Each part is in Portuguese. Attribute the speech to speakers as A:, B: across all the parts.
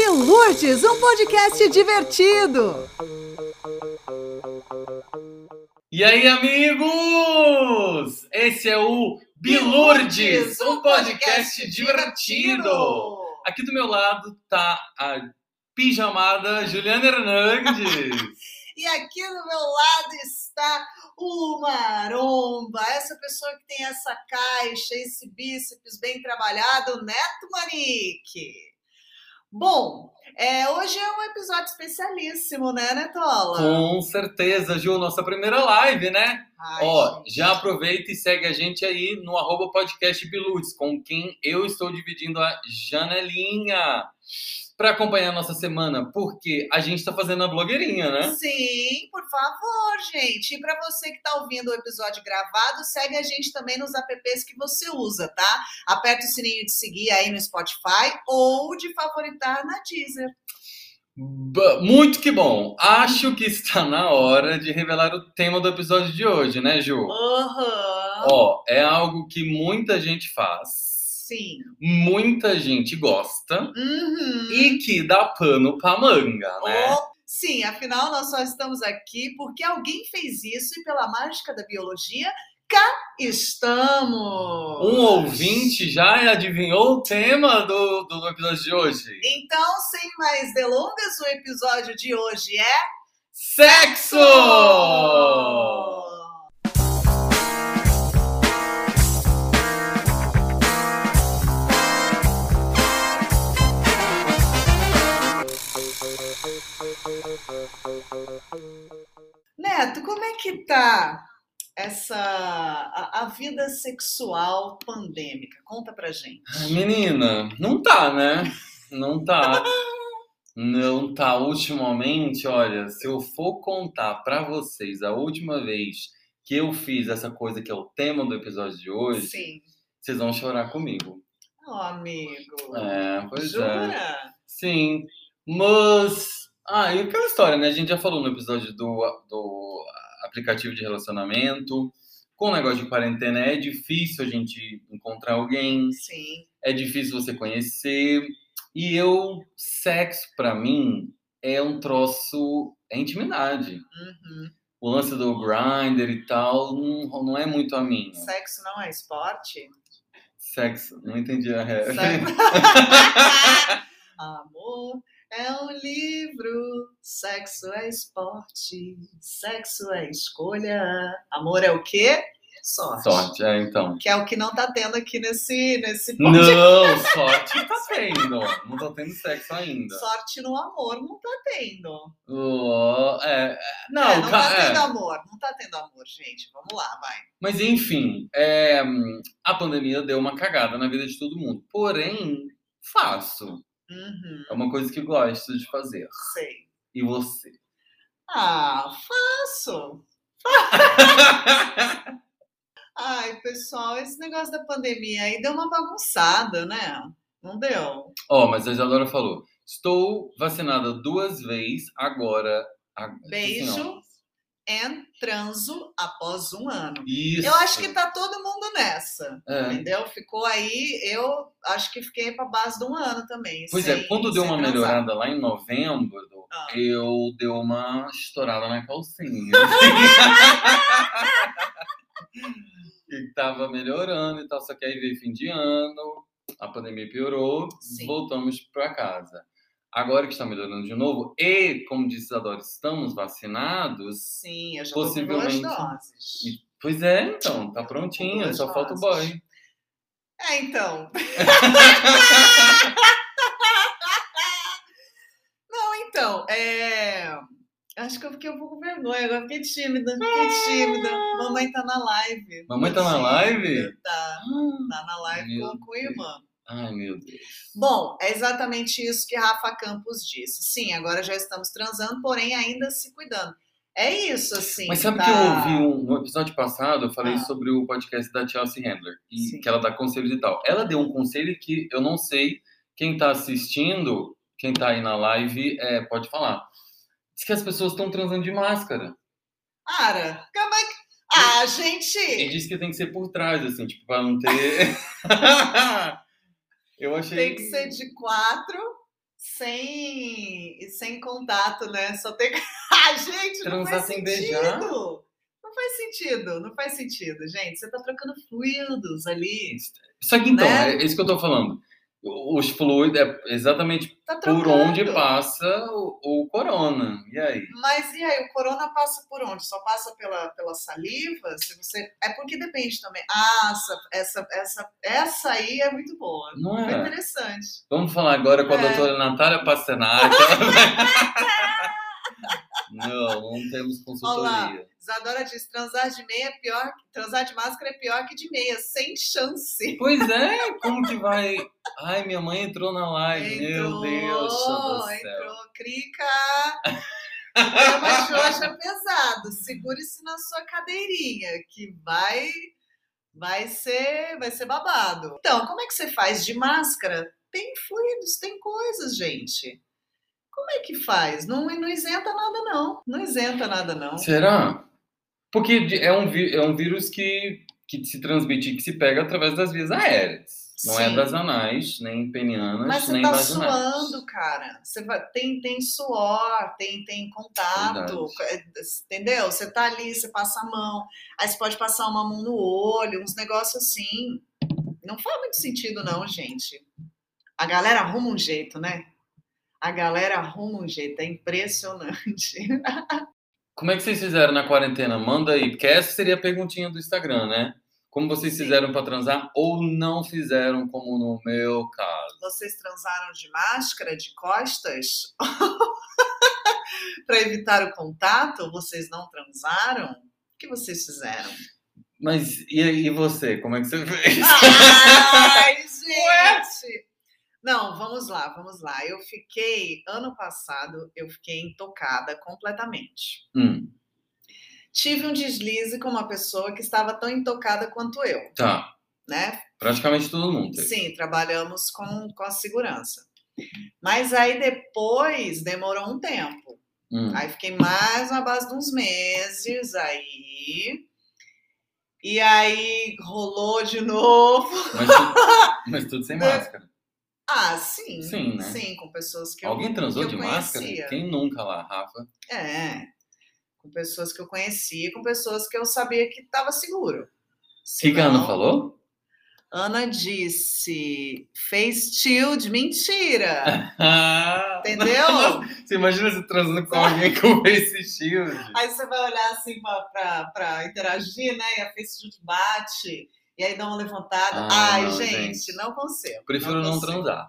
A: Verdes, um podcast divertido.
B: E aí, amigos? Esse é o Bilurdes, um podcast divertido. Aqui do meu lado tá a pijamada Juliana Hernandes.
C: E aqui do meu lado está o Maromba, essa pessoa que tem essa caixa, esse bíceps bem trabalhado, Neto Manique. Bom, é, hoje é um episódio especialíssimo, né, Netola?
B: Com certeza, Ju, nossa primeira live, né?
C: Ai,
B: Ó,
C: gente.
B: já aproveita e segue a gente aí no arroba podcast Bilutes, com quem eu estou dividindo a janelinha para acompanhar a nossa semana, porque a gente tá fazendo a blogueirinha, né?
C: Sim, por favor, gente. E para você que está ouvindo o episódio gravado, segue a gente também nos apps que você usa, tá? Aperta o sininho de seguir aí no Spotify ou de favoritar na Deezer.
B: Ba- Muito que bom! Acho que está na hora de revelar o tema do episódio de hoje, né, Ju?
C: Aham.
B: Ó, é algo que muita gente faz,
C: Sim.
B: muita gente gosta
C: Uhum.
B: e que dá pano pra manga, né?
C: Ou- Sim, afinal nós só estamos aqui porque alguém fez isso e pela mágica da biologia, cá estamos.
B: Um ouvinte já adivinhou o tema do, do episódio de hoje?
C: Então, sem mais delongas, o episódio de hoje é
B: Sexo!
C: Neto, como é que tá essa a, a vida sexual pandêmica? Conta pra gente.
B: Ai, Menina, não tá, né? Não tá. Não tá. Ultimamente, olha, se eu for contar pra vocês a última vez que eu fiz essa coisa que é o tema do episódio de hoje,
C: Sim.
B: vocês vão chorar comigo.
C: Ó, amigo.
B: É, pois é.
C: Jura?
B: Sim. Mas. Ah, e aquela história, né? A gente já falou no episódio do, do aplicativo de relacionamento. Com o negócio de quarentena, é difícil a gente encontrar alguém
C: Sim.
B: é difícil você conhecer. E eu, sexo pra mim é um troço, é intimidade.
C: Uhum.
B: O lance do grinder e tal não, não é muito a minha.
C: Sexo não é esporte?
B: Sexo, não entendi a regra.
C: Sexo- Amor é um livro, sexo é esporte, sexo é escolha. Amor é o quê? Sorte.
B: Sorte, é então.
C: Que é o que não tá tendo aqui nesse nesse
B: Não, sorte tá tendo. Não tô tendo sexo ainda.
C: Sorte no amor não tá tendo.
B: Oh, é, é, não,
C: É, não tá
B: ca- é.
C: tendo amor, não tá tendo amor, gente. Vamos lá, vai.
B: Mas enfim, é, a pandemia deu uma cagada na vida de todo mundo. Porém, faço.
C: Uhum,
B: É uma coisa que gosto de fazer.
C: sei.
B: E você?
C: Ah, faço. Ai, pessoal, esse negócio da pandemia aí deu uma bagunçada, né? Não deu?
B: Ó, mas a Isadora falou: estou vacinada duas vezes, agora. a- assim, ó.
C: Beijo e transo após um ano.
B: Isso.
C: Eu acho que tá todo mundo nessa,
B: É.
C: entendeu? Ficou aí, eu acho que fiquei pra base de um ano também.
B: Pois é,
C: sem-
B: quando deu
C: sem
B: uma
C: transar.
B: melhorada lá em novembro,
C: Ah.
B: eu dei uma estourada na calcinha. e tava melhorando e tal, só que aí veio fim de ano, a pandemia piorou,
C: Sim.
B: voltamos pra casa. Agora que está melhorando de novo, e como disse Isadora, estamos vacinados,
C: Sim, eu já tô com duas
B: Possivelmente.
C: doses.
B: Pois é, então, tá prontinho,
C: Duas
B: só falta o
C: doses.
B: boy.
C: É, então. Não, então, é... Acho que eu fiquei um pouco com vergonha, agora fiquei tímida, fiquei tímida. Mamãe tá na live.
B: Mamãe tá na live?
C: Tá, tá na live
B: Meu
C: com, com a irmã.
B: Ai, meu Deus.
C: Bom, é exatamente isso que Rafa Campos disse. Sim, agora já estamos transando, porém ainda se cuidando. É isso, assim.
B: Mas sabe
C: tá...
B: que eu ouvi um, no episódio passado, eu falei
C: Ah.
B: sobre o podcast da Chelsea Handler, e
C: Sim.
B: que ela dá conselhos e tal. Ela deu um conselho que eu não sei quem tá assistindo, quem tá aí na live, é, pode falar. Diz que as pessoas estão transando de máscara.
C: Ara, como é que... Ah,
B: E
C: gente!
B: diz que tem que ser por trás, assim, tipo, pra não ter. eu achei.
C: Tem que ser de quatro, sem, sem contato, né? Só tem. Ah, gente, não
B: Transar
C: faz
B: sem
C: sentido!
B: beijar?
C: Não faz sentido, não faz sentido, gente. Você tá trocando fluidos ali.
B: Isso aqui, então,
C: Né?
B: é isso que eu tô falando. Os fluidos, é exatamente
C: Tá trocando.
B: por onde passa o, o corona. E aí?
C: Mas e aí, o corona passa por onde? Só passa pela, pela saliva? Se você... É porque depende também. Ah, essa, essa, essa, essa aí é muito boa.
B: Não
C: Foi
B: é?
C: interessante.
B: Vamos falar agora com a
C: É.
B: doutora Natália Pastenac. não, não temos consultoria.
C: Isadora diz: transar de meia é pior, transar de máscara é pior que de meia, sem chance.
B: Pois é, como que vai? Ai, minha mãe entrou na live. Meu Deus do céu.
C: entrou, crica. É uma xoxa pesado. Segure-se na sua cadeirinha, que vai vai ser, vai ser babado. Então, como é que você faz de máscara? Tem fluidos, tem coisas, gente. Como é que faz? Não, não isenta nada, não. Não isenta nada, não.
B: Será? Porque de- é um, vi- é um vírus que, que se transmite, que se pega através das vias aéreas. Não é
C: Sim.
B: das anais, nem penianas,
C: Mas você
B: nem
C: tá
B: vaginais.
C: suando, cara. Você vai- tem, tem suor, tem, tem contato, é, entendeu? Você tá ali, você passa a mão, aí você pode passar uma mão no olho, uns negócios assim. Não faz muito sentido, não, gente. A galera arruma um jeito, né? A galera arruma um jeito, é impressionante.
B: Como é que vocês fizeram na quarentena? Manda aí, porque essa seria a perguntinha do Instagram, né? Como vocês
C: Sim.
B: fizeram pra transar ou não fizeram, como no meu caso.
C: Vocês transaram de máscara, de costas? Para evitar o contato, vocês não transaram? O que vocês fizeram?
B: Mas e, e você? Como é que você fez?
C: Ai, gente! Não, vamos lá, vamos lá. Eu fiquei, ano passado, eu fiquei intocada completamente.
B: Hum,
C: Tive um deslize com uma pessoa que estava tão intocada quanto eu,
B: tá,
C: né?
B: praticamente todo mundo. teve.
C: Sim, trabalhamos com, com a segurança. Mas aí depois demorou um tempo.
B: Hum,
C: Aí fiquei mais na base de uns meses aí. E aí rolou de novo.
B: Mas, tu- mas tudo sem máscara.
C: Ah, sim.
B: Sim, né?
C: Sim, com pessoas que eu
B: Alguém transou
C: que
B: de
C: eu
B: máscara?
C: conhecia.
B: Quem nunca lá, Rafa?
C: É. Com pessoas que eu conhecia, com pessoas que eu sabia que estava seguro.
B: O
C: Se
B: que, que a Ana
C: não-
B: falou?
C: Ana disse: fez tilt, mentira.
B: Ah,
C: Entendeu?
B: Você imagina você transando com alguém com esse shield?
C: Aí você vai olhar assim pra, pra, pra interagir, né? E a Facebook bate, e aí dá uma levantada.
B: Ah,
C: Ai,
B: não,
C: gente,
B: gente.
C: não consigo.
B: Prefiro não
C: consigo.
B: transar.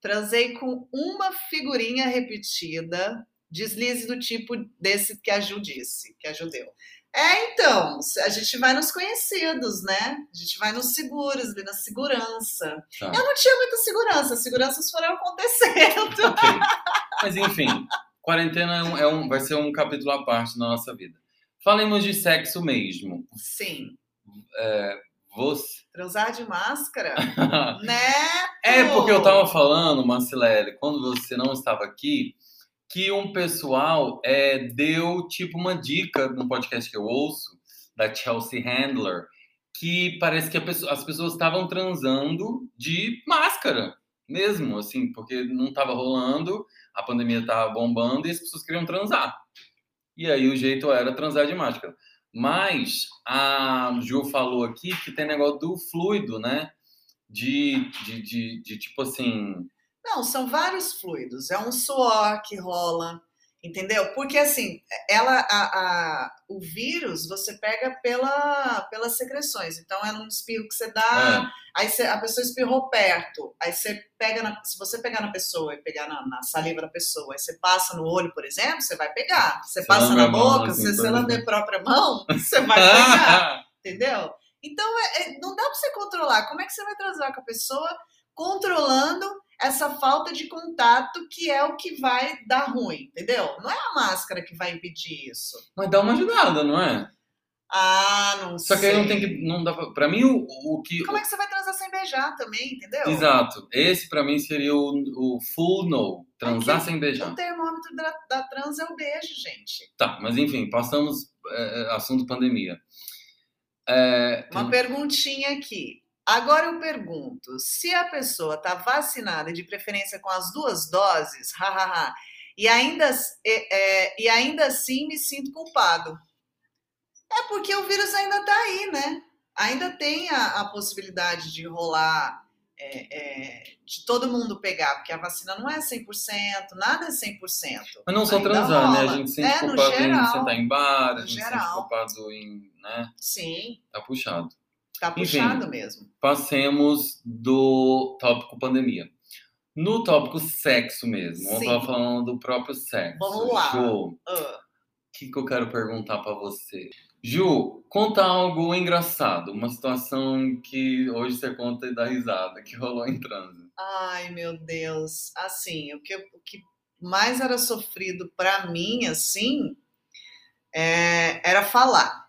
C: Transei com uma figurinha repetida, deslize do tipo desse que a Ju disse, que a Ju deu. É, então, a gente vai nos conhecidos, né? A gente vai nos seguros, ali na segurança.
B: Tá.
C: Eu não tinha muita segurança, as seguranças foram acontecendo.
B: Ok. Mas enfim, quarentena é um, é um- vai ser um capítulo à parte na nossa vida. Falemos de sexo mesmo. É,
C: Sim,
B: Você.
C: transar de máscara, né?
B: É porque eu tava falando, Marcilele, quando você não estava aqui, que um pessoal é, deu tipo uma dica num podcast que eu ouço, da Chelsea Handler, que parece que a pessoa- as pessoas estavam transando de máscara mesmo, assim, porque não tava rolando, a pandemia tava bombando e as pessoas queriam transar. E aí o jeito era transar de máscara. Mas a Ju falou aqui que tem negócio do fluido, né? de, de, de, de, tipo assim.
C: Não, são vários fluidos. É um suor que rola, entendeu? Porque assim, ela, a, a- o vírus você pega pela, pelas secreções. Então é num espirro que você
B: É.
C: dá, aí você- a pessoa espirrou perto, aí você pega na, se você pegar na pessoa e pegar na, na saliva da pessoa, aí você passa no olho, por exemplo, você vai pegar. Você
B: Você
C: passa
B: lambe
C: na
B: a mão,
C: boca,
B: assim,
C: você,
B: por
C: você lambe a
B: exemplo.
C: própria mão, você vai pegar
B: Ah!
C: entendeu? Então é- é- não dá para você controlar. Como é que você vai transar com a pessoa controlando essa falta de contato que é o que vai dar ruim, entendeu? Não é a máscara que vai impedir isso.
B: Mas dá uma ajudada, não é?
C: Ah, não
B: Só que
C: sei.
B: aí não tem que. Não dá pra, pra mim, o, o que.
C: Como é que você vai transar sem beijar também, entendeu?
B: Exato. Esse pra mim seria o, o full no. Transar
C: Aqui.
B: sem
C: O
B: beijar.
C: termômetro da, da trans é o beijo, gente.
B: Tá, mas enfim, passamos é, é, assunto pandemia. É,
C: Uma
B: tem-
C: perguntinha aqui. Agora eu pergunto: se a pessoa está vacinada, de preferência com as duas doses, hahaha, e ainda, e, é, e ainda assim me sinto culpado. É porque o vírus ainda está aí, né? Ainda tem a, a possibilidade de rolar, é, é, de todo mundo pegar, porque a vacina não é 100%, nada é 100%.
B: Mas não só
C: Ainda
B: transar, né? A
C: rola.
B: gente se sente
C: É, no
B: culpado em
C: geral.
B: sentar em bar, a
C: No
B: gente se sente
C: geral.
B: culpado em. né?
C: Sim,
B: Tá puxado.
C: tá
B: Enfim.
C: puxado mesmo.
B: Passemos do tópico pandemia. No tópico sexo mesmo, eu
C: Sim.
B: tava falando do próprio sexo.
C: Vamos lá.
B: Ju, o
C: Ah,
B: que, que eu quero perguntar pra você? Ju, conta algo engraçado, uma situação que hoje você conta e dá risada, que rolou em trânsito.
C: ai, meu Deus. Assim, o que, o que mais era sofrido para mim, assim, é, era falar.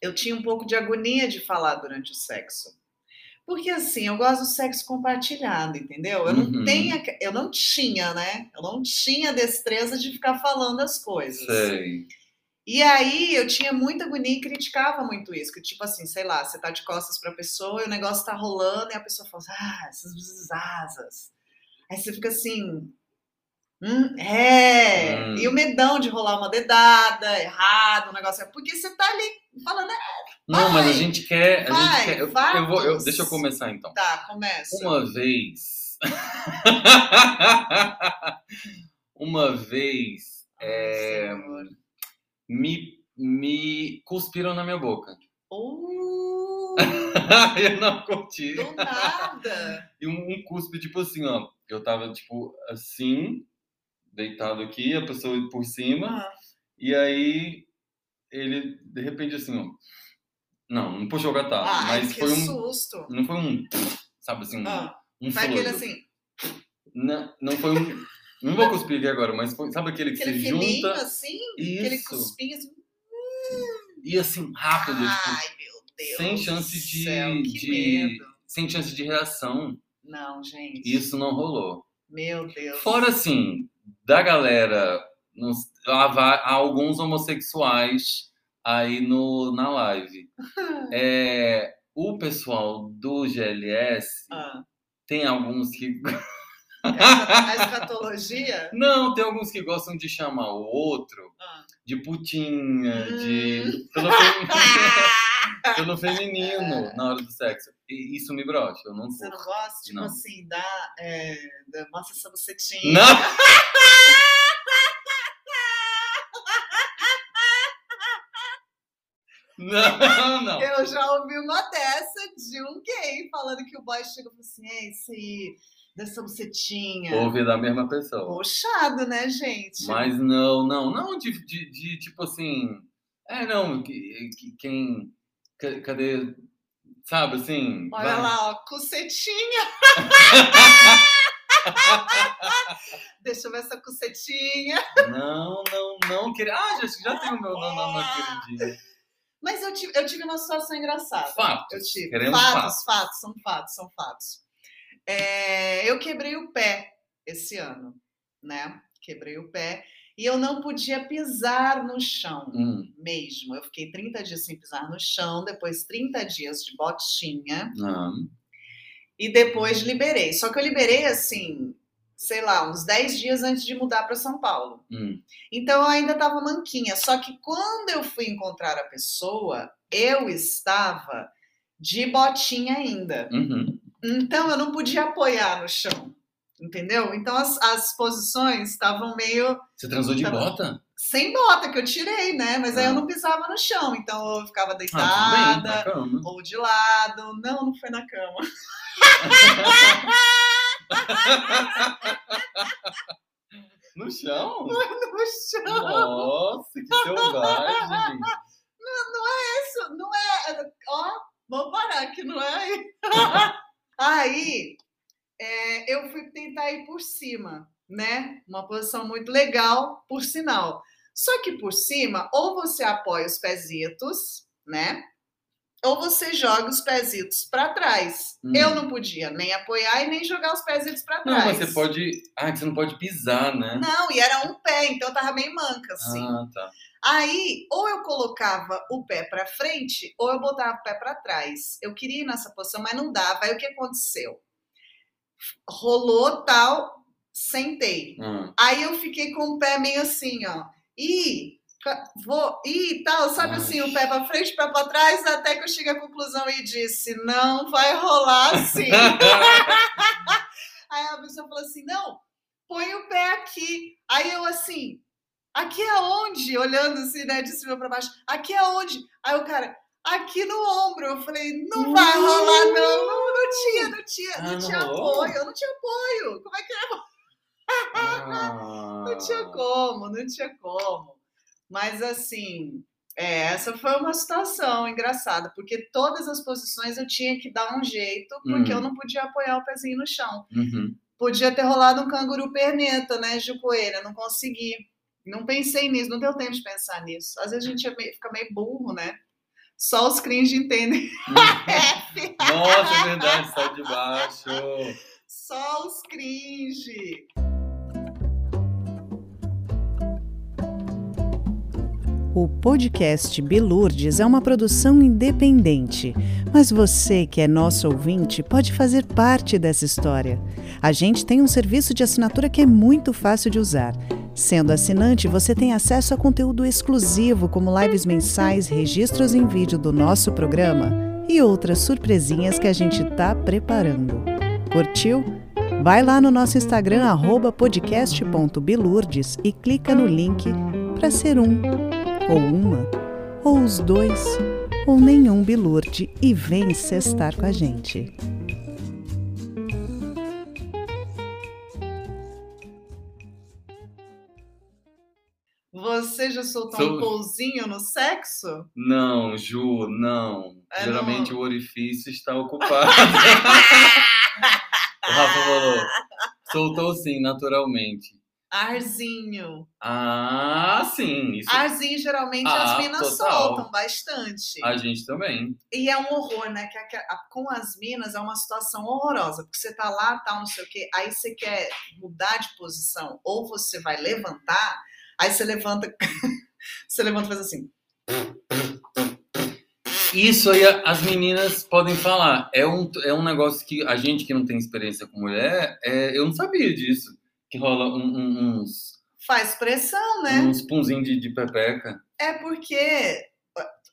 C: Eu tinha um pouco de agonia de falar durante o sexo. Porque assim, eu gosto do sexo compartilhado, entendeu? Eu não
B: Uhum.
C: tenho, aqua- eu não tinha, né? Eu não tinha destreza de ficar falando as coisas.
B: Sei.
C: E aí eu tinha muita agonia e criticava muito isso, que tipo assim, sei lá, você tá de costas pra pessoa e o negócio tá rolando e a pessoa fala, ah, essas asas. Aí você fica assim, hum, é.
B: Hum.
C: E o medão de rolar uma dedada, errado, o negócio é porque você tá ali falando, né?
B: Não, mas a
C: Vai,
B: gente quer. A
C: vai,
B: gente quer eu,
C: vá,
B: eu vou, eu-
C: vamos.
B: deixa eu começar então.
C: Tá, começa.
B: Uma vez. Uma vez
C: Ai,
B: é,
C: Senhor.
B: me, me cuspiram na minha boca.
C: Uh,
B: eu não curti.
C: do nada.
B: E um, um cuspe, tipo assim, ó. Eu tava, tipo, assim, deitado aqui, a pessoa por cima.
C: Ah,
B: E aí ele, de repente, assim, ó. Não, não puxou o gatalho,
C: Ai,
B: mas
C: que
B: foi um.
C: susto.
B: Não foi um. Sabe assim? Um,
C: Ah,
B: um
C: foi aquele
B: fluido.
C: assim,
B: Não, não foi um. Não vou cuspir aqui agora, mas foi, sabe aquele que
C: aquele
B: se
C: fininho
B: junta?
C: assim, aquele
B: Isso.
C: cuspinho assim.
B: E assim, rápido, tipo,
C: Ai, meu Deus.
B: sem
C: do
B: chance de-
C: céu, que
B: de-
C: medo.
B: sem chance de reação.
C: Não, gente.
B: Isso não rolou.
C: Meu Deus.
B: Fora assim, da galera, nos- há va- há alguns homossexuais aí no, na live. É, o pessoal do GLS
C: Ah,
B: tem alguns que.
C: essa- a escatologia?
B: Não, tem alguns que gostam de chamar o outro
C: Ah.
B: de putinha,
C: Hum.
B: de. Pelo, fem- pelo feminino na hora do sexo. E isso me brocha, eu não
C: Você
B: curto.
C: não gosta? Tipo
B: Não.
C: assim, dá, é, dá- mostra essa bucetinha.
B: Não! Não, não.
C: Eu já ouvi uma dessa de um gay falando que o boy chega e fala assim: é isso aí, dessa bucetinha.
B: Ouvi da mesma pessoa.
C: Puxado, né, gente?
B: Mas não, não, não de, de, de, tipo assim. É, não, que, que- quem. ca- Cadê? Sabe assim?
C: Olha
B: vai.
C: lá, ó, cucetinha. Deixa eu ver essa cucetinha.
B: Não, não, não. Queria... Ah, já, já tem o meu nome na queridinha.
C: Mas eu tive, eu tive uma situação engraçada.
B: Fato.
C: Eu tive.
B: Queremos
C: fatos, fatos, são fatos, são fatos. É, eu quebrei o pé esse ano, né? Quebrei o pé e eu não podia pisar no chão
B: Hum,
C: mesmo. Eu fiquei 30 dias sem pisar no chão, depois 30 dias de botinha
B: não.
C: e depois
B: Uhum.
C: liberei. Só que eu liberei assim, sei lá, uns 10 dias antes de mudar para São Paulo.
B: Hum.
C: Então eu ainda estava manquinha, só que quando eu fui encontrar a pessoa, eu estava de botinha ainda.
B: Uhum.
C: Então eu não podia apoiar no chão, entendeu? Então as, as posições estavam meio
B: Você transou de
C: Tá bom.
B: bota?
C: sem bota que eu tirei, né? Mas aí eu
B: Ah.
C: não pisava no chão, então eu ficava
B: Ah, tudo bem,
C: deitada
B: na cama.
C: ou de lado. Não, não foi na cama.
B: No
C: No chão.
B: chão? Nossa, que selvagem!
C: isso não é. Ó, vamos parar que não é. Aí é, eu fui tentar ir por cima, né? Uma posição muito legal, por sinal. Só que por cima, ou você apoia os pezitos, né? ou você joga os pezitos para trás.
B: Hum.
C: Eu não podia nem apoiar e nem jogar os pezitos para
B: Não,
C: trás.
B: mas você pode. Ah, que você não pode pisar, né?
C: Não, e era um pé, então eu tava meio manca, assim.
B: Ah, tá.
C: Aí, ou eu colocava o pé para frente, ou eu botava o pé para trás. Eu queria ir nessa posição, mas não dava. Aí o que aconteceu? Rolou tal, sentei.
B: Ah,
C: Aí eu fiquei com o pé meio assim, ó. E vou e tal, sabe
B: Ai.
C: assim, o pé para frente, pé para trás, até que eu cheguei à conclusão e disse: "Não vai rolar assim". Aí a pessoa falou assim: "Não, põe o pé aqui". Aí eu assim: "Aqui é onde?" Olhando assim, né, de cima para baixo. "Aqui é onde?" Aí o cara: "Aqui no ombro". Eu falei: "Não vai rolar não, não, não tinha, não tinha,
B: Ah,
C: não
B: não
C: tinha
B: rolou?
C: apoio, eu não tinha apoio. Como é que
B: Ah.
C: Não tinha como, não tinha como. Mas assim, é, essa foi uma situação engraçada, porque todas as posições eu tinha que dar um jeito, porque
B: Hum.
C: eu não podia apoiar o pezinho no chão.
B: Uhum.
C: Podia ter rolado um canguru perneta, né, Gil Coelho? Eu não consegui. Não pensei nisso, não deu tempo de pensar nisso. Às vezes a gente é meio- fica meio burro, né? Só os cringe entendem.
B: Nossa, é verdade, sai de baixo.
C: Só os cringe.
A: O podcast Bilurdes é uma produção independente, mas você que é nosso ouvinte pode fazer parte dessa história. A gente tem um serviço de assinatura que é muito fácil de usar. Sendo assinante, você tem acesso a conteúdo exclusivo, como lives mensais, registros em vídeo do nosso programa e outras surpresinhas que a gente está preparando. Curtiu? Vai lá no nosso Instagram, arroba podcast.bilurdes e clica no link para ser um ou uma, ou os dois, ou nenhum bilurde e vem cestar com a gente.
C: Você já soltou um
B: Sou-
C: pouzinho no sexo?
B: Não, Ju, não.
C: É,
B: Geralmente o orifício está ocupado. o Rafa falou. Soltou sim, naturalmente.
C: Arzinho.
B: Ah, sim. Isso
C: Arzinho, geralmente,
B: Ah,
C: as minas
B: total.
C: soltam bastante.
B: a gente também.
C: E é um horror, né? Que aque- a- com as minas é uma situação horrorosa. Porque você tá lá, tal, não sei o quê. Aí você quer mudar de posição. Ou você vai levantar. Aí você levanta... você levanta e faz assim.
B: Isso aí a- as meninas podem falar. É um, é um negócio que a gente que não tem experiência com mulher, é, eu não sabia disso. Que rola um- um- uns,
C: Faz pressão, né?
B: uns punzinhos de, de pepeca.
C: É porque...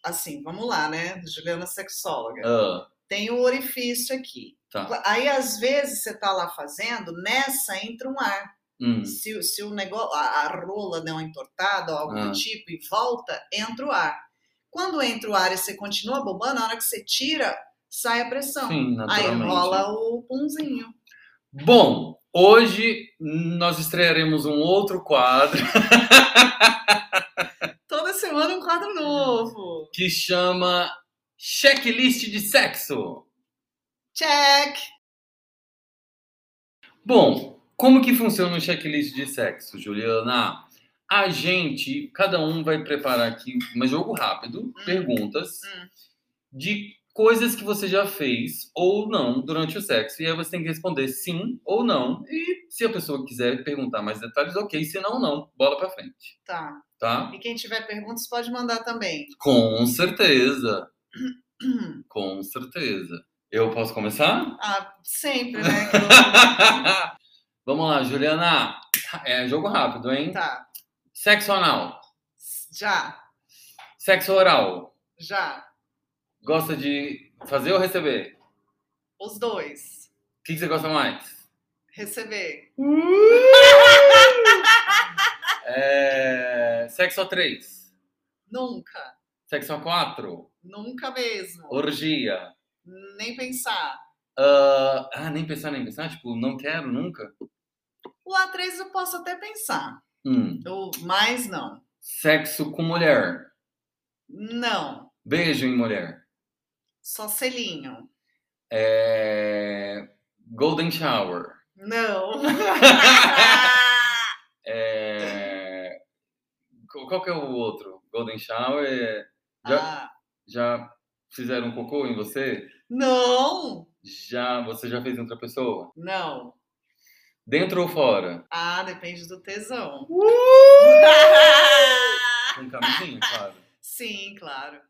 C: Assim, vamos lá, né? Juliana sexóloga.
B: Ah,
C: Tem o orifício aqui.
B: tá.
C: Aí, às vezes, você tá lá fazendo. Nessa, entra um ar.
B: Hum,
C: Se, o- se o negócio, a, a rola deu uma entortada ou algo
B: Ah.
C: do tipo e volta, entra o ar. Quando entra o ar e você continua bombando, na hora que você tira, sai a pressão.
B: sim,
C: Aí
B: naturalmente. né?
C: rola o punzinho.
B: Bom, hoje nós estrearemos um outro quadro
C: Toda semana um quadro novo.
B: que chama Checklist de Sexo.
C: Check!
B: Bom, como que funciona o checklist de sexo, Juliana? A gente, cada um vai preparar aqui um jogo rápido, perguntas
C: hum.
B: de coisas que você já fez ou não durante o sexo. E aí você tem que responder sim ou não. E se a pessoa quiser perguntar mais detalhes, ok. Se não, não. Bola pra frente,
C: Tá.
B: tá?
C: E quem tiver perguntas pode mandar também.
B: Com certeza, com certeza. Eu posso começar?
C: Ah, sempre, né? que eu-
B: Vamos lá, Juliana. É jogo rápido, hein?
C: tá.
B: Sexo anal.
C: Já,
B: Sexo oral.
C: já.
B: Gosta de fazer ou receber?
C: Os dois.
B: O que que você gosta mais?
C: Receber.
B: É, Sexo a três.
C: Nunca.
B: Sexo a quatro.
C: Nunca mesmo.
B: Orgia.
C: Nem pensar.
B: Ah, ah, nem pensar, nem pensar. Tipo, não quero nunca.
C: O A3 eu posso até pensar,
B: Hum.
C: eu, mas não.
B: Sexo com mulher.
C: Não,
B: Beijo em mulher.
C: só selinho.
B: É, Golden shower.
C: Não.
B: É, Qual que é o outro? Golden shower. é- Já,
C: Ah,
B: já Fizeram um cocô em você?
C: Não,
B: Já, você já fez em outra pessoa?
C: não.
B: Dentro ou fora?
C: Ah, depende do tesão.
B: Com camisinha, claro.
C: Sim, claro.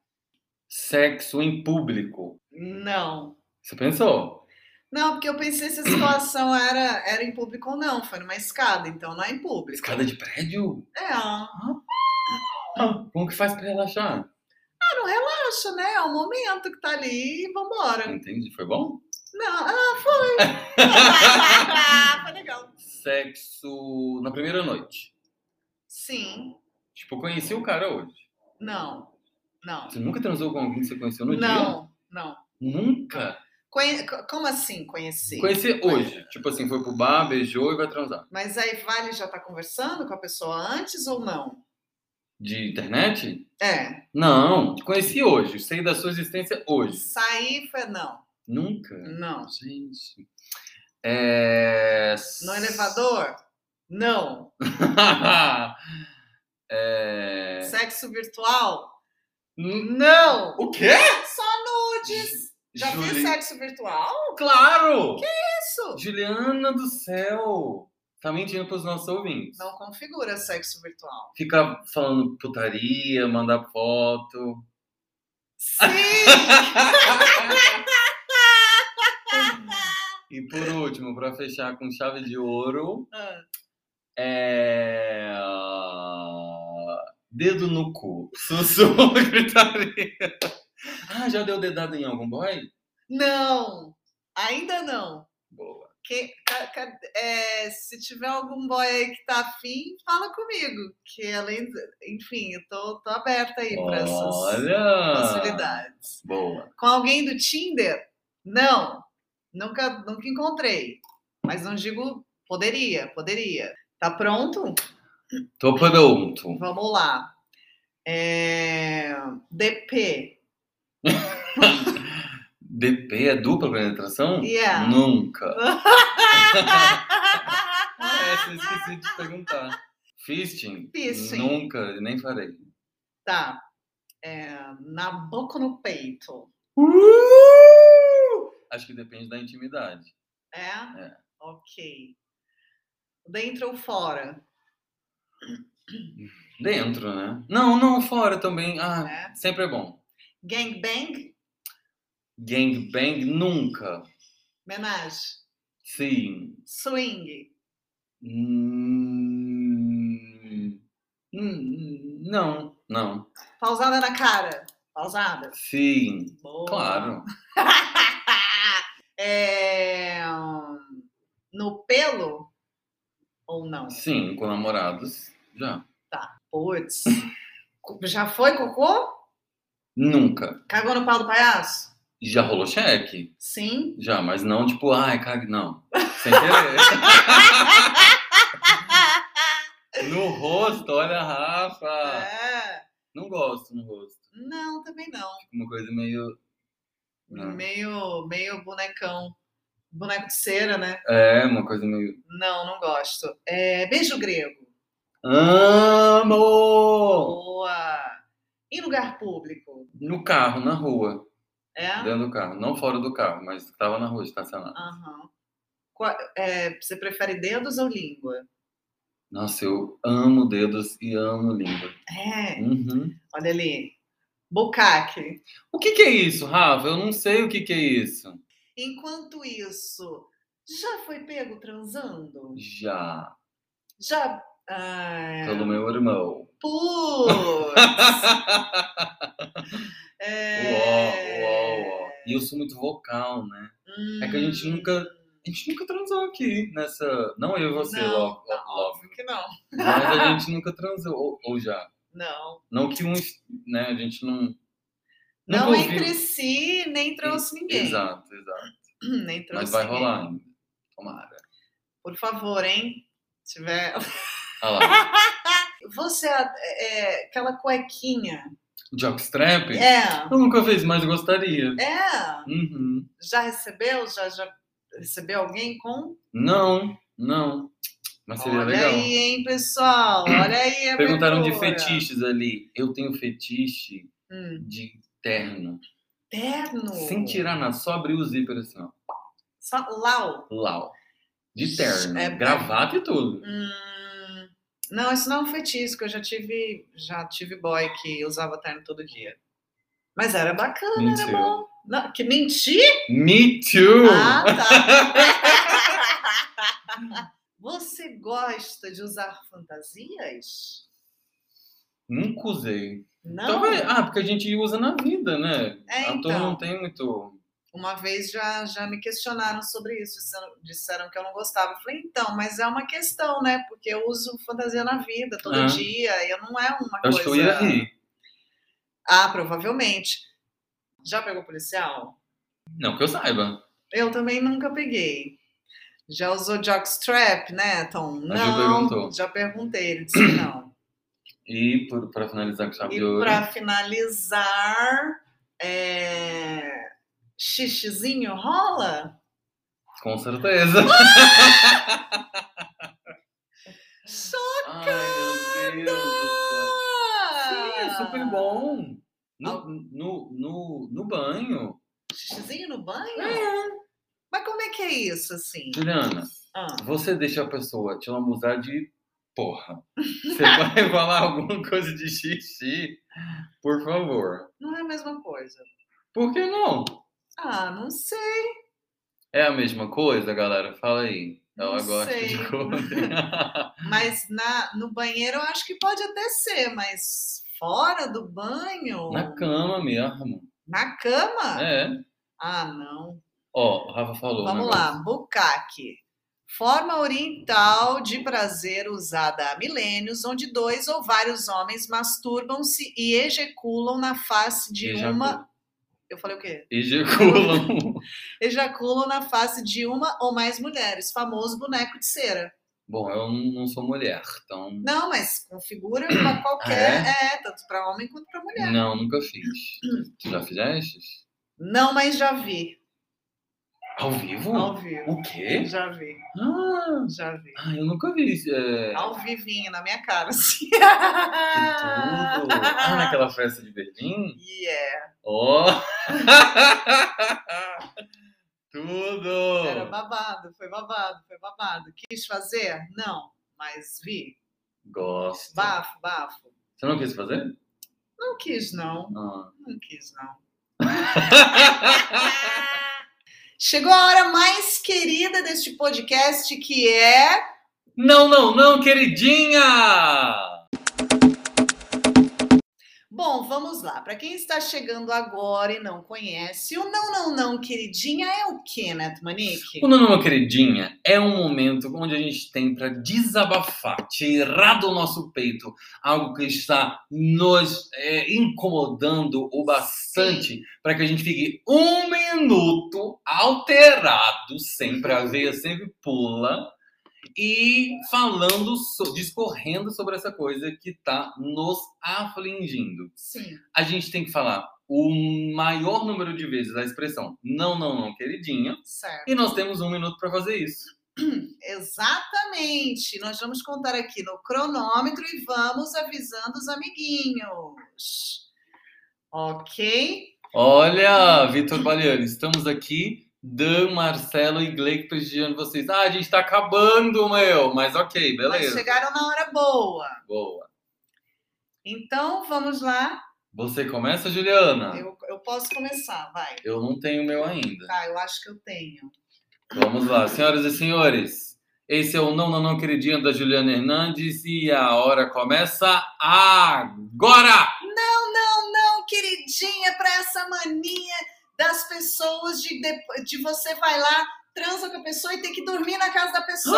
B: Sexo em público.
C: Não.
B: Você pensou?
C: Não, porque eu pensei se a situação era, era em público ou não. Foi numa escada, então não é em público.
B: Escada de prédio?
C: É, ah,
B: Como que faz pra relaxar?
C: não relaxa, né? É o momento que tá ali e vambora.
B: Entendi, foi bom?
C: Não, ah, foi. foi legal.
B: Sexo na primeira noite.
C: Sim,
B: Tipo, conheci o cara hoje.
C: não, não,
B: Você nunca transou com alguém que você conheceu no dia?
C: não, não.
B: Nunca?
C: Conhe- co- Como assim conhecer?
B: Conheci hoje. Tipo assim, foi pro bar, beijou e vai transar.
C: Mas aí vale já tá conversando com a pessoa antes ou não?
B: De internet?
C: É,
B: Não, te conheci hoje. Sei da sua existência hoje.
C: sair foi não,
B: Nunca?
C: não.
B: Gente. É...
C: No elevador? Não.
B: é...
C: Sexo virtual?
B: Hum,
C: Não.
B: O quê?
C: Nudes. Já
B: Juli-
C: fiz sexo virtual?
B: Claro!
C: Isso.
B: Juliana do céu! Tá mentindo pros nossos ouvintes.
C: Não configura sexo virtual.
B: Ficar falando putaria, mandar foto.
C: Sim.
B: e por último, pra fechar com chave de ouro,
C: Ah,
B: é. Dedo no cu. Sussurro e gritaria. Ah, já deu dedada em algum boy?
C: não. Ainda não.
B: Boa.
C: Que- ca- ca- é, se tiver algum boy aí que tá afim, fala comigo. Que além, enfim, eu tô, tô aberta aí pra essas
B: Olha!
C: possibilidades.
B: Boa.
C: Com alguém do Tinder? Não. Nunca, nunca encontrei. Mas não digo poderia, poderia. Tá pronto?
B: Tô pronto.
C: Vamos lá. É, DP.
B: DP é dupla penetração?
C: Yeah.
B: Nunca. Ah, essa eu esqueci de te perguntar. Fisting?
C: Fisting.
B: Nunca, nem farei.
C: tá. É, na boca ou no peito.
B: Acho que depende da intimidade.
C: É?
B: É.
C: Ok. Dentro ou fora?
B: Dentro, né? Não, não, fora também. Ah,
C: Né?
B: sempre é bom.
C: Gangbang?
B: Gangbang, nunca.
C: Menage?
B: Sim.
C: Swing?
B: Hum, hum, Não, não.
C: Pausada na cara? Pausada?
B: Sim,
C: Boa.
B: claro.
C: É, No pelo? Ou não?
B: Sim, com namorados, já.
C: Puts. Já foi cocô?
B: Nunca.
C: Cagou no pau do palhaço?
B: Já rolou cheque?
C: Sim.
B: Já, mas não tipo, ai, cague, não. Sem querer. no rosto, olha, Rafa.
C: É.
B: Não gosto no rosto.
C: Não, também não.
B: Fica uma coisa meio. Não.
C: Meio, meio bonecão. Boneco de cera, né?
B: É, uma coisa meio.
C: Não, não gosto. É, Beijo grego.
B: Amo!
C: Boa. Em lugar público?
B: No carro, na rua.
C: É?
B: Dentro do carro. Não fora do carro, mas tava na rua, estacionado.
C: Aham. Qua- é, você prefere dedos ou língua?
B: Nossa, eu amo dedos e amo língua.
C: É.
B: Uhum.
C: Olha ali. Bucaque.
B: O que que é isso, Rafa? Eu não sei o que que é isso.
C: Enquanto isso, já foi pego transando?
B: Já,
C: Já. Ah,
B: pelo meu irmão.
C: Putz! É...
B: Uó, uó, uó. E eu sou muito vocal, né? É que a gente
C: Hum,
B: nunca. A gente nunca transou aqui nessa. Não eu e você,
C: não,
B: logo,
C: não,
B: logo.
C: óbvio que não.
B: Mas a gente nunca transou. Ou, ou já.
C: Não.
B: Não que um. Né, a gente não.
C: Não,
B: nunca ouviu-
C: entre si, nem trouxe ninguém.
B: Exato, exato.
C: Nem trouxe
B: Mas vai
C: ninguém.
B: rolar ainda. Tomara.
C: Por favor, hein? Se tiver.
B: Olha lá.
C: Você é, é, aquela cuequinha.
B: Jockstrap?
C: É.
B: Eu nunca fiz, mas gostaria.
C: É.
B: Uhum.
C: Já recebeu? Já, já recebeu alguém com?
B: Não, não. Mas seria
C: olha
B: legal.
C: aí, hein, pessoal? Olha aí. a
B: Perguntaram de
C: abertura.
B: fetiches ali. Eu tenho fetiche
C: Hum,
B: de terno.
C: terno.
B: Sem tirar nada, só abrir o zíper assim, ó.
C: Só Lau.
B: Lau. De terno.
C: É-
B: gravata e tudo.
C: Hum, não, isso não é um feitiço, que eu já tive, já tive boy que usava terno todo dia. Mas era bacana,
B: Mentira.
C: era bom. Não, que mentir?
B: Me too!
C: Ah, tá. Você gosta de usar fantasias?
B: Nunca usei.
C: Não.
B: Talvez, ah, porque a gente usa na vida, né?
C: É,
B: Ator
C: então.
B: não tem muito.
C: Uma vez já, já me questionaram sobre isso, disseram, disseram que eu não gostava. Eu falei, então, mas é uma questão, né? Porque eu uso fantasia na vida, todo
B: Ah.
C: dia, e eu não é uma
B: Eu
C: coisa.
B: acho que eu ia rir.
C: Ah, provavelmente. Já pegou policial?
B: Não que eu saiba.
C: Eu também nunca peguei. Já usou jockstrap, né, Tom?
B: Mas já
C: não,
B: perguntou.
C: já perguntei, ele disse que não.
B: E por, pra finalizar com chave
C: E
B: de ouro.
C: pra finalizar, é... xixizinho rola?
B: Com certeza. Ai, meu Deus do céu. Sim, é
C: Ah!
B: super bom. No, no, no, no banho.
C: Xixizinho no banho?
B: É. Hum.
C: Mas como é que é isso, assim?
B: Juliana,
C: Ah,
B: você deixa a pessoa te lambuzar de porra. Você vai falar alguma coisa de xixi, por favor.
C: não é a mesma coisa.
B: Por que não?
C: Ah, não sei.
B: É a mesma coisa, galera? Fala aí. Ela
C: Não
B: gosta
C: sei.
B: de coisa.
C: Mas na, no banheiro eu acho que pode até ser, mas fora do banho?
B: Na cama mesmo.
C: Na cama?
B: É.
C: Ah, não.
B: Ó, o Rafa falou. um
C: Vamos
B: negócio.
C: lá, bucaque. Forma oriental de prazer usada há milênios, onde dois ou vários homens masturbam-se e ejeculam na face de
B: Ejacu-
C: uma. Eu falei o quê?
B: Ejaculam.
C: Ejaculam na face de uma ou mais mulheres, famoso boneco de cera.
B: Bom, eu não não sou mulher, então.
C: Não, mas configura
B: Ah,
C: pra qualquer. É, tanto pra homem quanto pra mulher.
B: Não, nunca fiz. Tu já fizeste?
C: Não, mas já vi.
B: Ao vivo?
C: Ao vivo.
B: O quê?
C: Já vi,
B: Ah,
C: já vi.
B: ah, eu nunca vi. isso, É...
C: Ao vivinho, na minha cara, assim.
B: Tudo. Ah, naquela festa de Berlim?
C: Yeah.
B: Ó! Tudo!
C: Era babado, foi babado, foi babado. Quis fazer? Não, mas vi.
B: Gosto.
C: Bafo, bafo.
B: Você não quis fazer?
C: Não quis, não.
B: Ah.
C: Não quis, não. Chegou a hora mais querida deste podcast, que é.
B: Não, não, não, queridinha!
C: Bom, vamos lá. Para quem está chegando agora e não conhece, o não, não, não, queridinha, é o que, Neto Manique?
B: O Não, Não, Queridinha é um momento onde a gente tem para desabafar, tirar do nosso peito algo que está nos é, incomodando o bastante para que a gente fique um minuto alterado, sem a veia sempre pula, e falando, so- discorrendo sobre essa coisa que está nos afligindo
C: Sim.
B: a gente tem que falar o maior número de vezes a expressão não, não, não, queridinha.
C: Certo.
B: E nós temos um minuto para fazer isso.
C: Exatamente. Nós vamos contar aqui no cronômetro e vamos avisando os amiguinhos. Ok?
B: Olha, Vitor Baliani, estamos aqui. Dan, Marcelo e Gleick prestigiando vocês. Ah, a gente tá acabando, meu. Mas
C: Mas
B: ok, beleza.
C: chegaram na hora boa.
B: Boa.
C: Então, vamos lá.
B: Você começa, Juliana? Eu,
C: Eu, eu posso começar, vai.
B: não tenho o meu ainda.
C: Tá, eu acho que eu tenho.
B: Vamos lá, senhoras e senhores. Esse é o Não, Não, Não Queridinha da Juliana Hernandes e a hora começa agora!
C: Não, não, não, Então, queridinha, para essa mania das pessoas de, de, de você vai lá, transa com a pessoa e tem que dormir na casa da pessoa.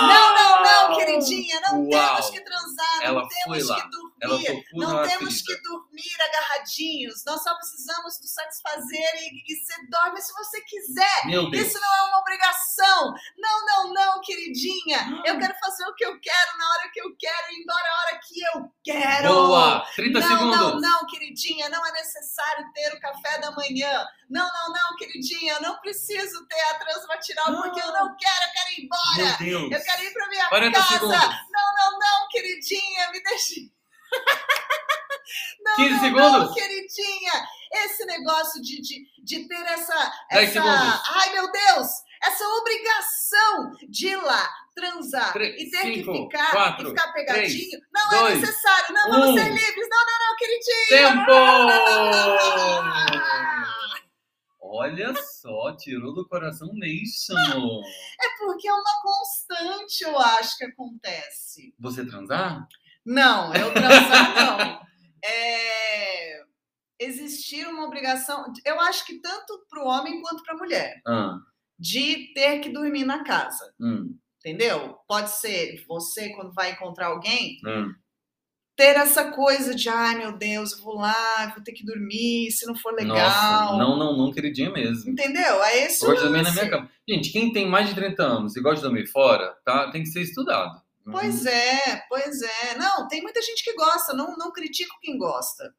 C: Não, não, não, queridinha, não
B: Ah! Uau!
C: temos que transar, não
B: Ela foi
C: temos
B: lá.
C: que dormir.
B: Ela tocou
C: Não
B: na
C: temos
B: ferida.
C: que dormir agarradinhos, nós só precisamos nos satisfazer e, e você dorme se você quiser.
B: Meu Deus.
C: Isso não é uma obrigação. Não, não, não, queridinha. Eu quero fazer o que eu quero, na hora que eu quero, e ir embora a hora que eu quero.
B: Boa! 30
C: não,
B: segundos.
C: não, não, queridinha, não é necessário ter o café da manhã. Não, não, não, queridinha, eu não preciso ter a transmatinal porque eu não quero, eu quero ir embora.
B: Meu Deus.
C: Eu quero ir pra minha
B: 40
C: casa.
B: segundos.
C: Não, não, não, queridinha, me deixe. não,
B: 15
C: não,
B: segundos.
C: Não, queridinha, esse negócio de, de, de ter essa,
B: Dez
C: essa.
B: segundos.
C: Ai, meu Deus! Essa obrigação de ir lá transar
B: Três,
C: e ter
B: cinco,
C: que ficar
B: quatro,
C: e ficar pegadinho. não é
B: dois,
C: necessário. Não, vamos
B: um.
C: ser livres. Não, não, não, queridinho.
B: Tempo! Olha só, tirou do coração Nation.
C: É porque é uma constante, eu acho, que acontece.
B: Você transar?
C: Não, eu transar não. É, Existir uma obrigação, eu acho que tanto para o homem quanto para a mulher,
B: Ah,
C: de ter que dormir na casa,
B: hum,
C: entendeu? Pode ser você, quando vai encontrar alguém,
B: hum.
C: ter essa coisa de, ai meu Deus, eu vou lá, eu vou ter que dormir, se não for legal.
B: Nossa, não, não, não, queridinha mesmo.
C: Entendeu? É esse
B: Eu
C: o
B: gosto de dormir na
C: lance.
B: minha cama. Gente, quem tem mais de 30 anos e gosta de dormir fora, tá? Tem que ser estudado. Uhum.
C: Pois é, pois é. Não, tem muita gente que gosta, não, não critico quem gosta.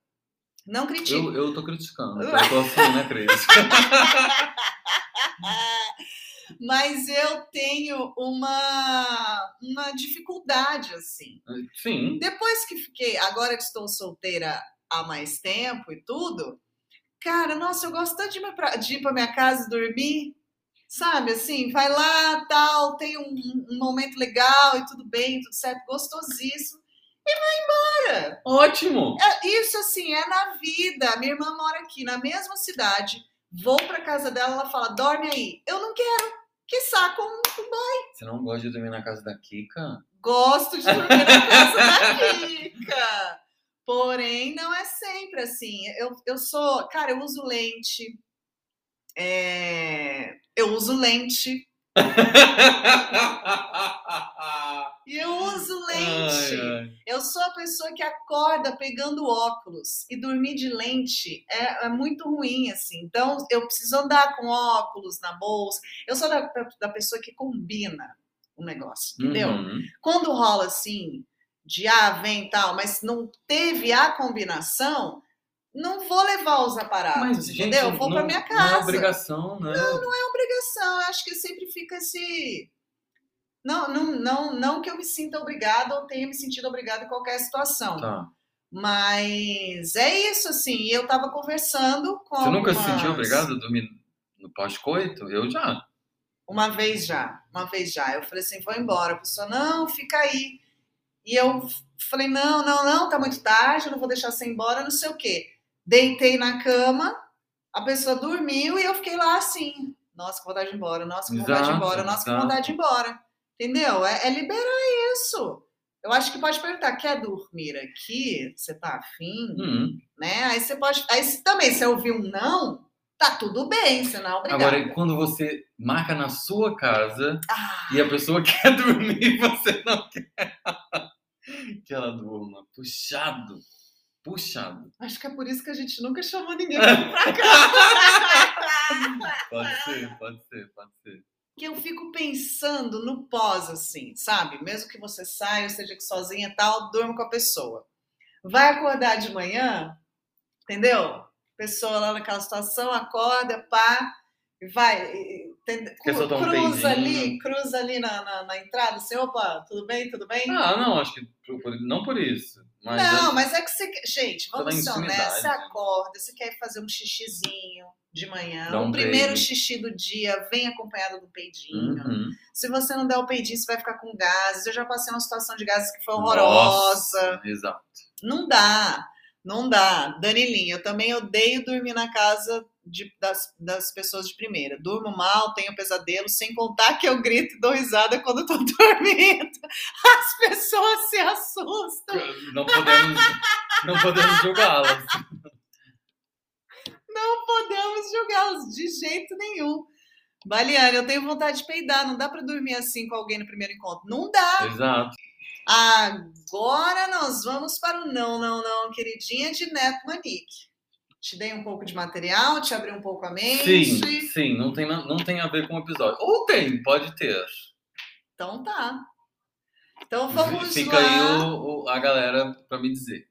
C: Não critico.
B: Eu, eu tô criticando. Eu tô assim, né, Cris?
C: mas eu tenho uma, uma dificuldade assim.
B: Sim.
C: Depois que fiquei, agora que estou solteira há mais tempo e tudo, cara, nossa, eu gosto tanto de, ir pra, de ir para minha casa e dormir. Sabe assim, vai lá, tal, tem um, um momento legal e tudo bem, tudo certo, gostosíssimo. E vai embora.
B: Ótimo!
C: É, Isso assim é na vida. A Minha irmã mora aqui na mesma cidade. Vou para casa dela, ela fala: "Dorme aí". Eu não quero. Que saco, um eu não
B: Você não gosta de dormir na casa da Kika?
C: Gosto de dormir na casa da Kika. Porém, não é sempre assim. Eu, eu sou. Cara, eu uso lente. É, eu uso lente. E eu uso lente.
B: Ai, ai.
C: Eu sou a pessoa que acorda pegando óculos. E dormir de lente é, é muito ruim, assim. Então, eu preciso andar com óculos na bolsa. Eu sou da, da- da pessoa que combina o negócio, entendeu?
B: Uhum.
C: quando rola assim, de ah, vem tal, mas não teve a combinação, não vou levar os aparatos,
B: Mas, gente,
C: entendeu? Eu vou para
B: não-
C: minha
B: Não é
C: casa. Não,
B: obrigação, né? Não,
C: é obrigação, eu acho que sempre fica esse. Não, não, não, não que eu me sinta obrigada ou tenha me sentido obrigada em qualquer situação.
B: Tá.
C: Mas é isso, assim. Eu tava conversando com.
B: Você nunca se sentiu
C: algumas-
B: obrigado a dormir no pós-coito? Eu já.
C: Uma vez já, uma vez já. Eu falei assim, vou embora. A pessoa, não, fica aí. E eu falei, não, não, não, tá muito tarde, eu não vou deixar você embora, não sei o quê. Deitei na cama, a pessoa dormiu e eu fiquei lá assim. Nossa, que vontade de ir embora, nossa, que vontade de ir
B: Exato,
C: embora, nossa, que
B: exato.
C: vontade de ir embora. Entendeu? É, é liberar isso. Eu acho que pode perguntar, quer dormir aqui? Você tá afim?
B: Hum.
C: Né? Aí você pode. Aí se- também, se eu ouvir um não, tá tudo bem, você não é obrigado.
B: Agora, e quando você marca na sua casa
C: Ah!
B: e a pessoa quer dormir, você não quer que ela durma. Puxado. Puxado.
C: Acho que é por isso que a gente nunca chamou ninguém pra cá.
B: Pode ser, pode ser, pode ser.
C: Que eu fico pensando no pós, assim, sabe? Mesmo que você saia, ou seja que sozinha e tal, durmo com a pessoa. Vai acordar de manhã, entendeu? Pessoa lá naquela situação, acorda, pá, e vai. e- e- entende-
B: Quer soltar um
C: cruza
B: peidinho.
C: ali, cruza ali na, na, na entrada, assim, opa, tudo bem, tudo bem?
B: Ah, não, acho que por- por- não por isso. Mas assim,
C: Não, mas é que você. quer- Gente,
B: Pela
C: vamos ser honestos. Você
B: intimidade. né?
C: acorda, você quer fazer um xixizinho de manhã.
B: Dá
C: o
B: um
C: primeiro
B: peido.
C: xixi do dia vem acompanhado do peidinho.
B: Uhum.
C: Se você não der o peidinho, você vai ficar com gases. Eu já passei uma situação de gases que foi horrorosa.
B: Nossa, uhum. exato.
C: Não dá, não dá. Danilinha, eu também odeio dormir na casa de- das, das pessoas de primeira. Durmo mal, tenho pesadelo, sem contar que eu grito e dou risada quando eu tô dormindo. As pessoas se assustam.
B: Não podemos, não podemos julgá-las.
C: Não podemos julgá-los de jeito nenhum. Baliane, eu tenho vontade de peidar. Não dá pra dormir assim com alguém no primeiro encontro. Não dá.
B: Exato.
C: Agora nós vamos para o não, não, não, queridinha de Neto Manique. Te dei um pouco de material, te abri um pouco a mente.
B: Sim, sim, não tem, na- não tem a ver com o episódio. Ou tem, pode ter.
C: Então tá. Então vamos
B: Fica aí
C: lá.
B: o- o- a galera pra me dizer.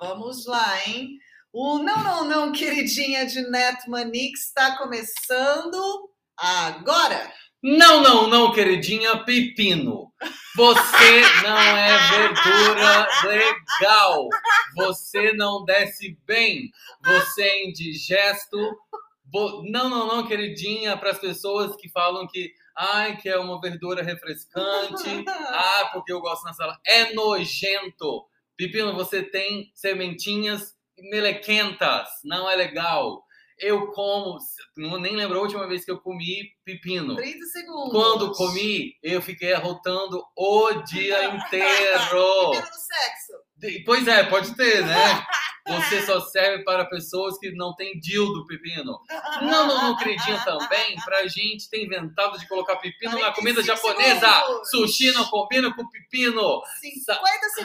C: Vamos lá, hein? O Não, Não, Não, queridinha de Neto Manique está começando agora.
B: Não, não, não, queridinha Pepino. Você não é verdura legal. Você não desce bem. Você é indigesto. Bo- Não, não, não, queridinha, para as pessoas que falam que, ai, que é uma verdura refrescante. Ah, porque eu gosto na sala. É nojento. Pepino, você tem sementinhas melequentas. Não é legal. Eu como, não nem lembro a última vez que eu comi pepino.
C: 30 segundos.
B: Quando comi, eu fiquei arrotando o dia inteiro.
C: Pepino no sexo.
B: De- Pois é, pode ter, né? Você só serve para pessoas que não têm dildo pepino. Não, não, não acredito também pra gente ter inventado de colocar pepino na
C: 45
B: comida japonesa.
C: segundos.
B: Sushi não combina com pepino.
C: 50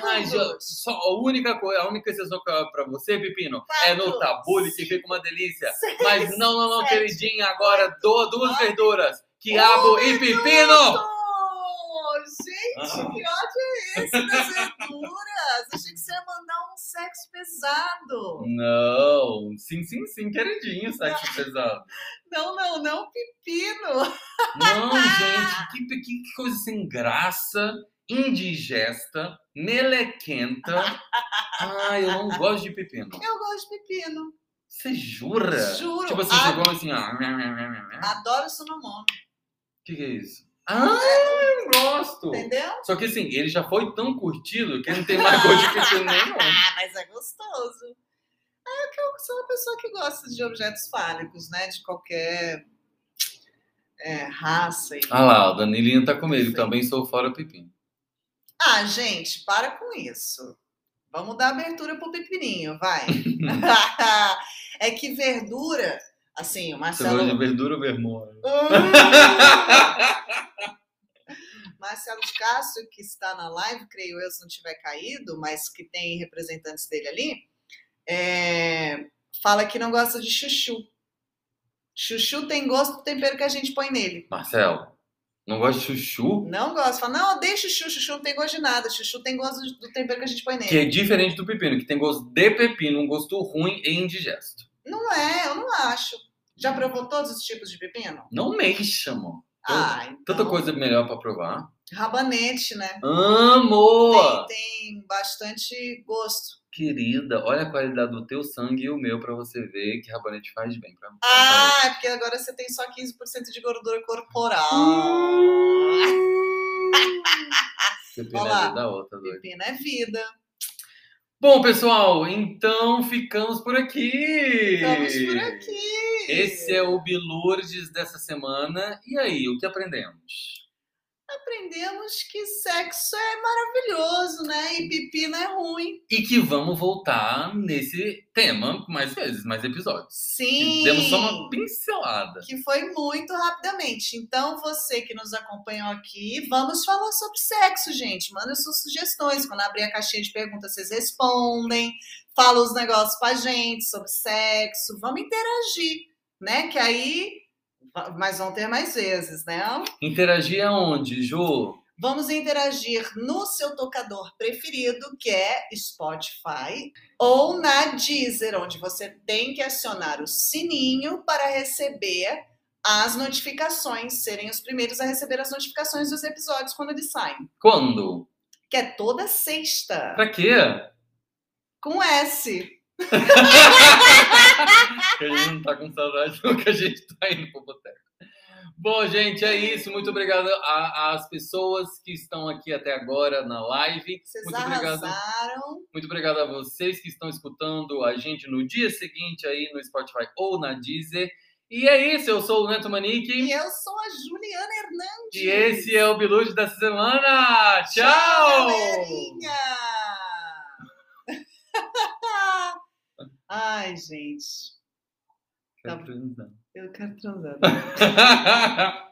B: Ai, já-
C: segundos.
B: só a única coisa, a única exceção que eu- pra você, Pepino, é no
C: Quatro,
B: tabule que
C: cinco,
B: fica uma delícia.
C: seis,
B: Mas não, não, não,
C: sete,
B: queridinha, agora do, duas
C: nove,
B: verduras. Quiabo e pepino!
C: Ô, Gente, que ódio é esse das verduras? Achei que você ia mandar um sexo pesado.
B: Ah. Não, sim, sim, sim, queridinho, sexo pesado.
C: Não, não, não, pepino.
B: Não, gente, que, que- que coisa sem graça, indigesta, melequenta. Ai, eu não gosto de pepino.
C: Eu gosto de pepino.
B: Você jura?
C: Juro.
B: Tipo assim,
C: Ah.
B: você come assim, ó.
C: Adoro sonomono,
B: O que, que é isso? Ah, eu gosto!
C: entendeu?
B: Só que assim, ele já foi tão curtido que não tem mais gosto de pepino nenhum.
C: Ah, mas é gostoso. É que eu sou uma pessoa que gosta de objetos fálicos, né? De qualquer é, raça. e-
B: Ah lá, o Danilinho tá comigo, também sou fora pepino.
C: Ah, gente, para com isso. Vamos dar abertura pro pepininho, vai. é que verdura, assim, o
B: Você gosta de
C: Marcelo. Hum.
B: verdura ou vermelho?
C: Marcelo de Castro, que está na live, creio eu, se não tiver caído, mas que tem representantes dele ali, é, fala que não gosta de chuchu. Chuchu tem gosto do tempero que a gente põe nele.
B: Marcel, não gosta de chuchu?
C: Não gosta. Fala, não, odeio chuchu, chuchu não tem gosto de nada. Chuchu tem gosto do tempero que a gente põe nele.
B: Que é diferente do pepino, que tem gosto de pepino, um gosto ruim e indigesto.
C: Não é, eu não acho. Já provou todos os tipos de pepino?
B: Não mexa, amor.
C: Ah, então...
B: Tanta coisa melhor pra provar.
C: Rabanete, né?
B: Amor!
C: Tem, tem bastante gosto.
B: Querida, olha a qualidade do teu sangue e o meu pra você ver que rabanete faz bem pra pra saúde.
C: Ah, é porque agora você tem só 15% de gordura corporal.
B: Hum. Pepino
C: olá.
B: é da outra, doida.
C: Pepino é vida.
B: Bom, pessoal, então ficamos por aqui.
C: Estamos por aqui.
B: Esse é o Bilurdes dessa semana. E aí, o que aprendemos?
C: Aprendemos que sexo é maravilhoso, né? E pepino é ruim.
B: E que vamos voltar nesse tema mais vezes, mais episódios.
C: Sim.
B: Demos só uma pincelada.
C: que foi muito rapidamente. Então, você que nos acompanhou aqui, vamos falar sobre sexo, gente. Manda suas sugestões. Quando abrir a caixinha de perguntas, vocês respondem. Fala os negócios pra gente sobre sexo. Vamos interagir, né? Que aí. va- Mas vão ter mais vezes, né?
B: Interagir aonde, Ju?
C: Vamos interagir no seu tocador preferido, que é Spotify, ou na Deezer, onde você tem que acionar o sininho para receber as notificações, serem os primeiros a receber as notificações dos episódios quando eles saem,
B: Quando?
C: que é toda sexta,
B: Pra quê?
C: com S.
B: Porque a gente não tá com saudade do que a gente tá indo pro boteco. Bom, gente, é isso. Muito obrigado a- às pessoas que estão aqui até agora na live.
C: Vocês
B: Muito obrigado.
C: arrasaram.
B: Muito obrigado a vocês que estão escutando a gente no dia seguinte aí no Spotify ou na Deezer. E é isso, eu sou o Neto
C: E
B: Manique
C: eu sou a Juliana Hernandes.
B: e esse é o Bilude dessa semana.
C: Tchau,
B: Tchau!
C: galerinha! Ai, gente,
B: Quero transar.
C: Tá eu quero transar.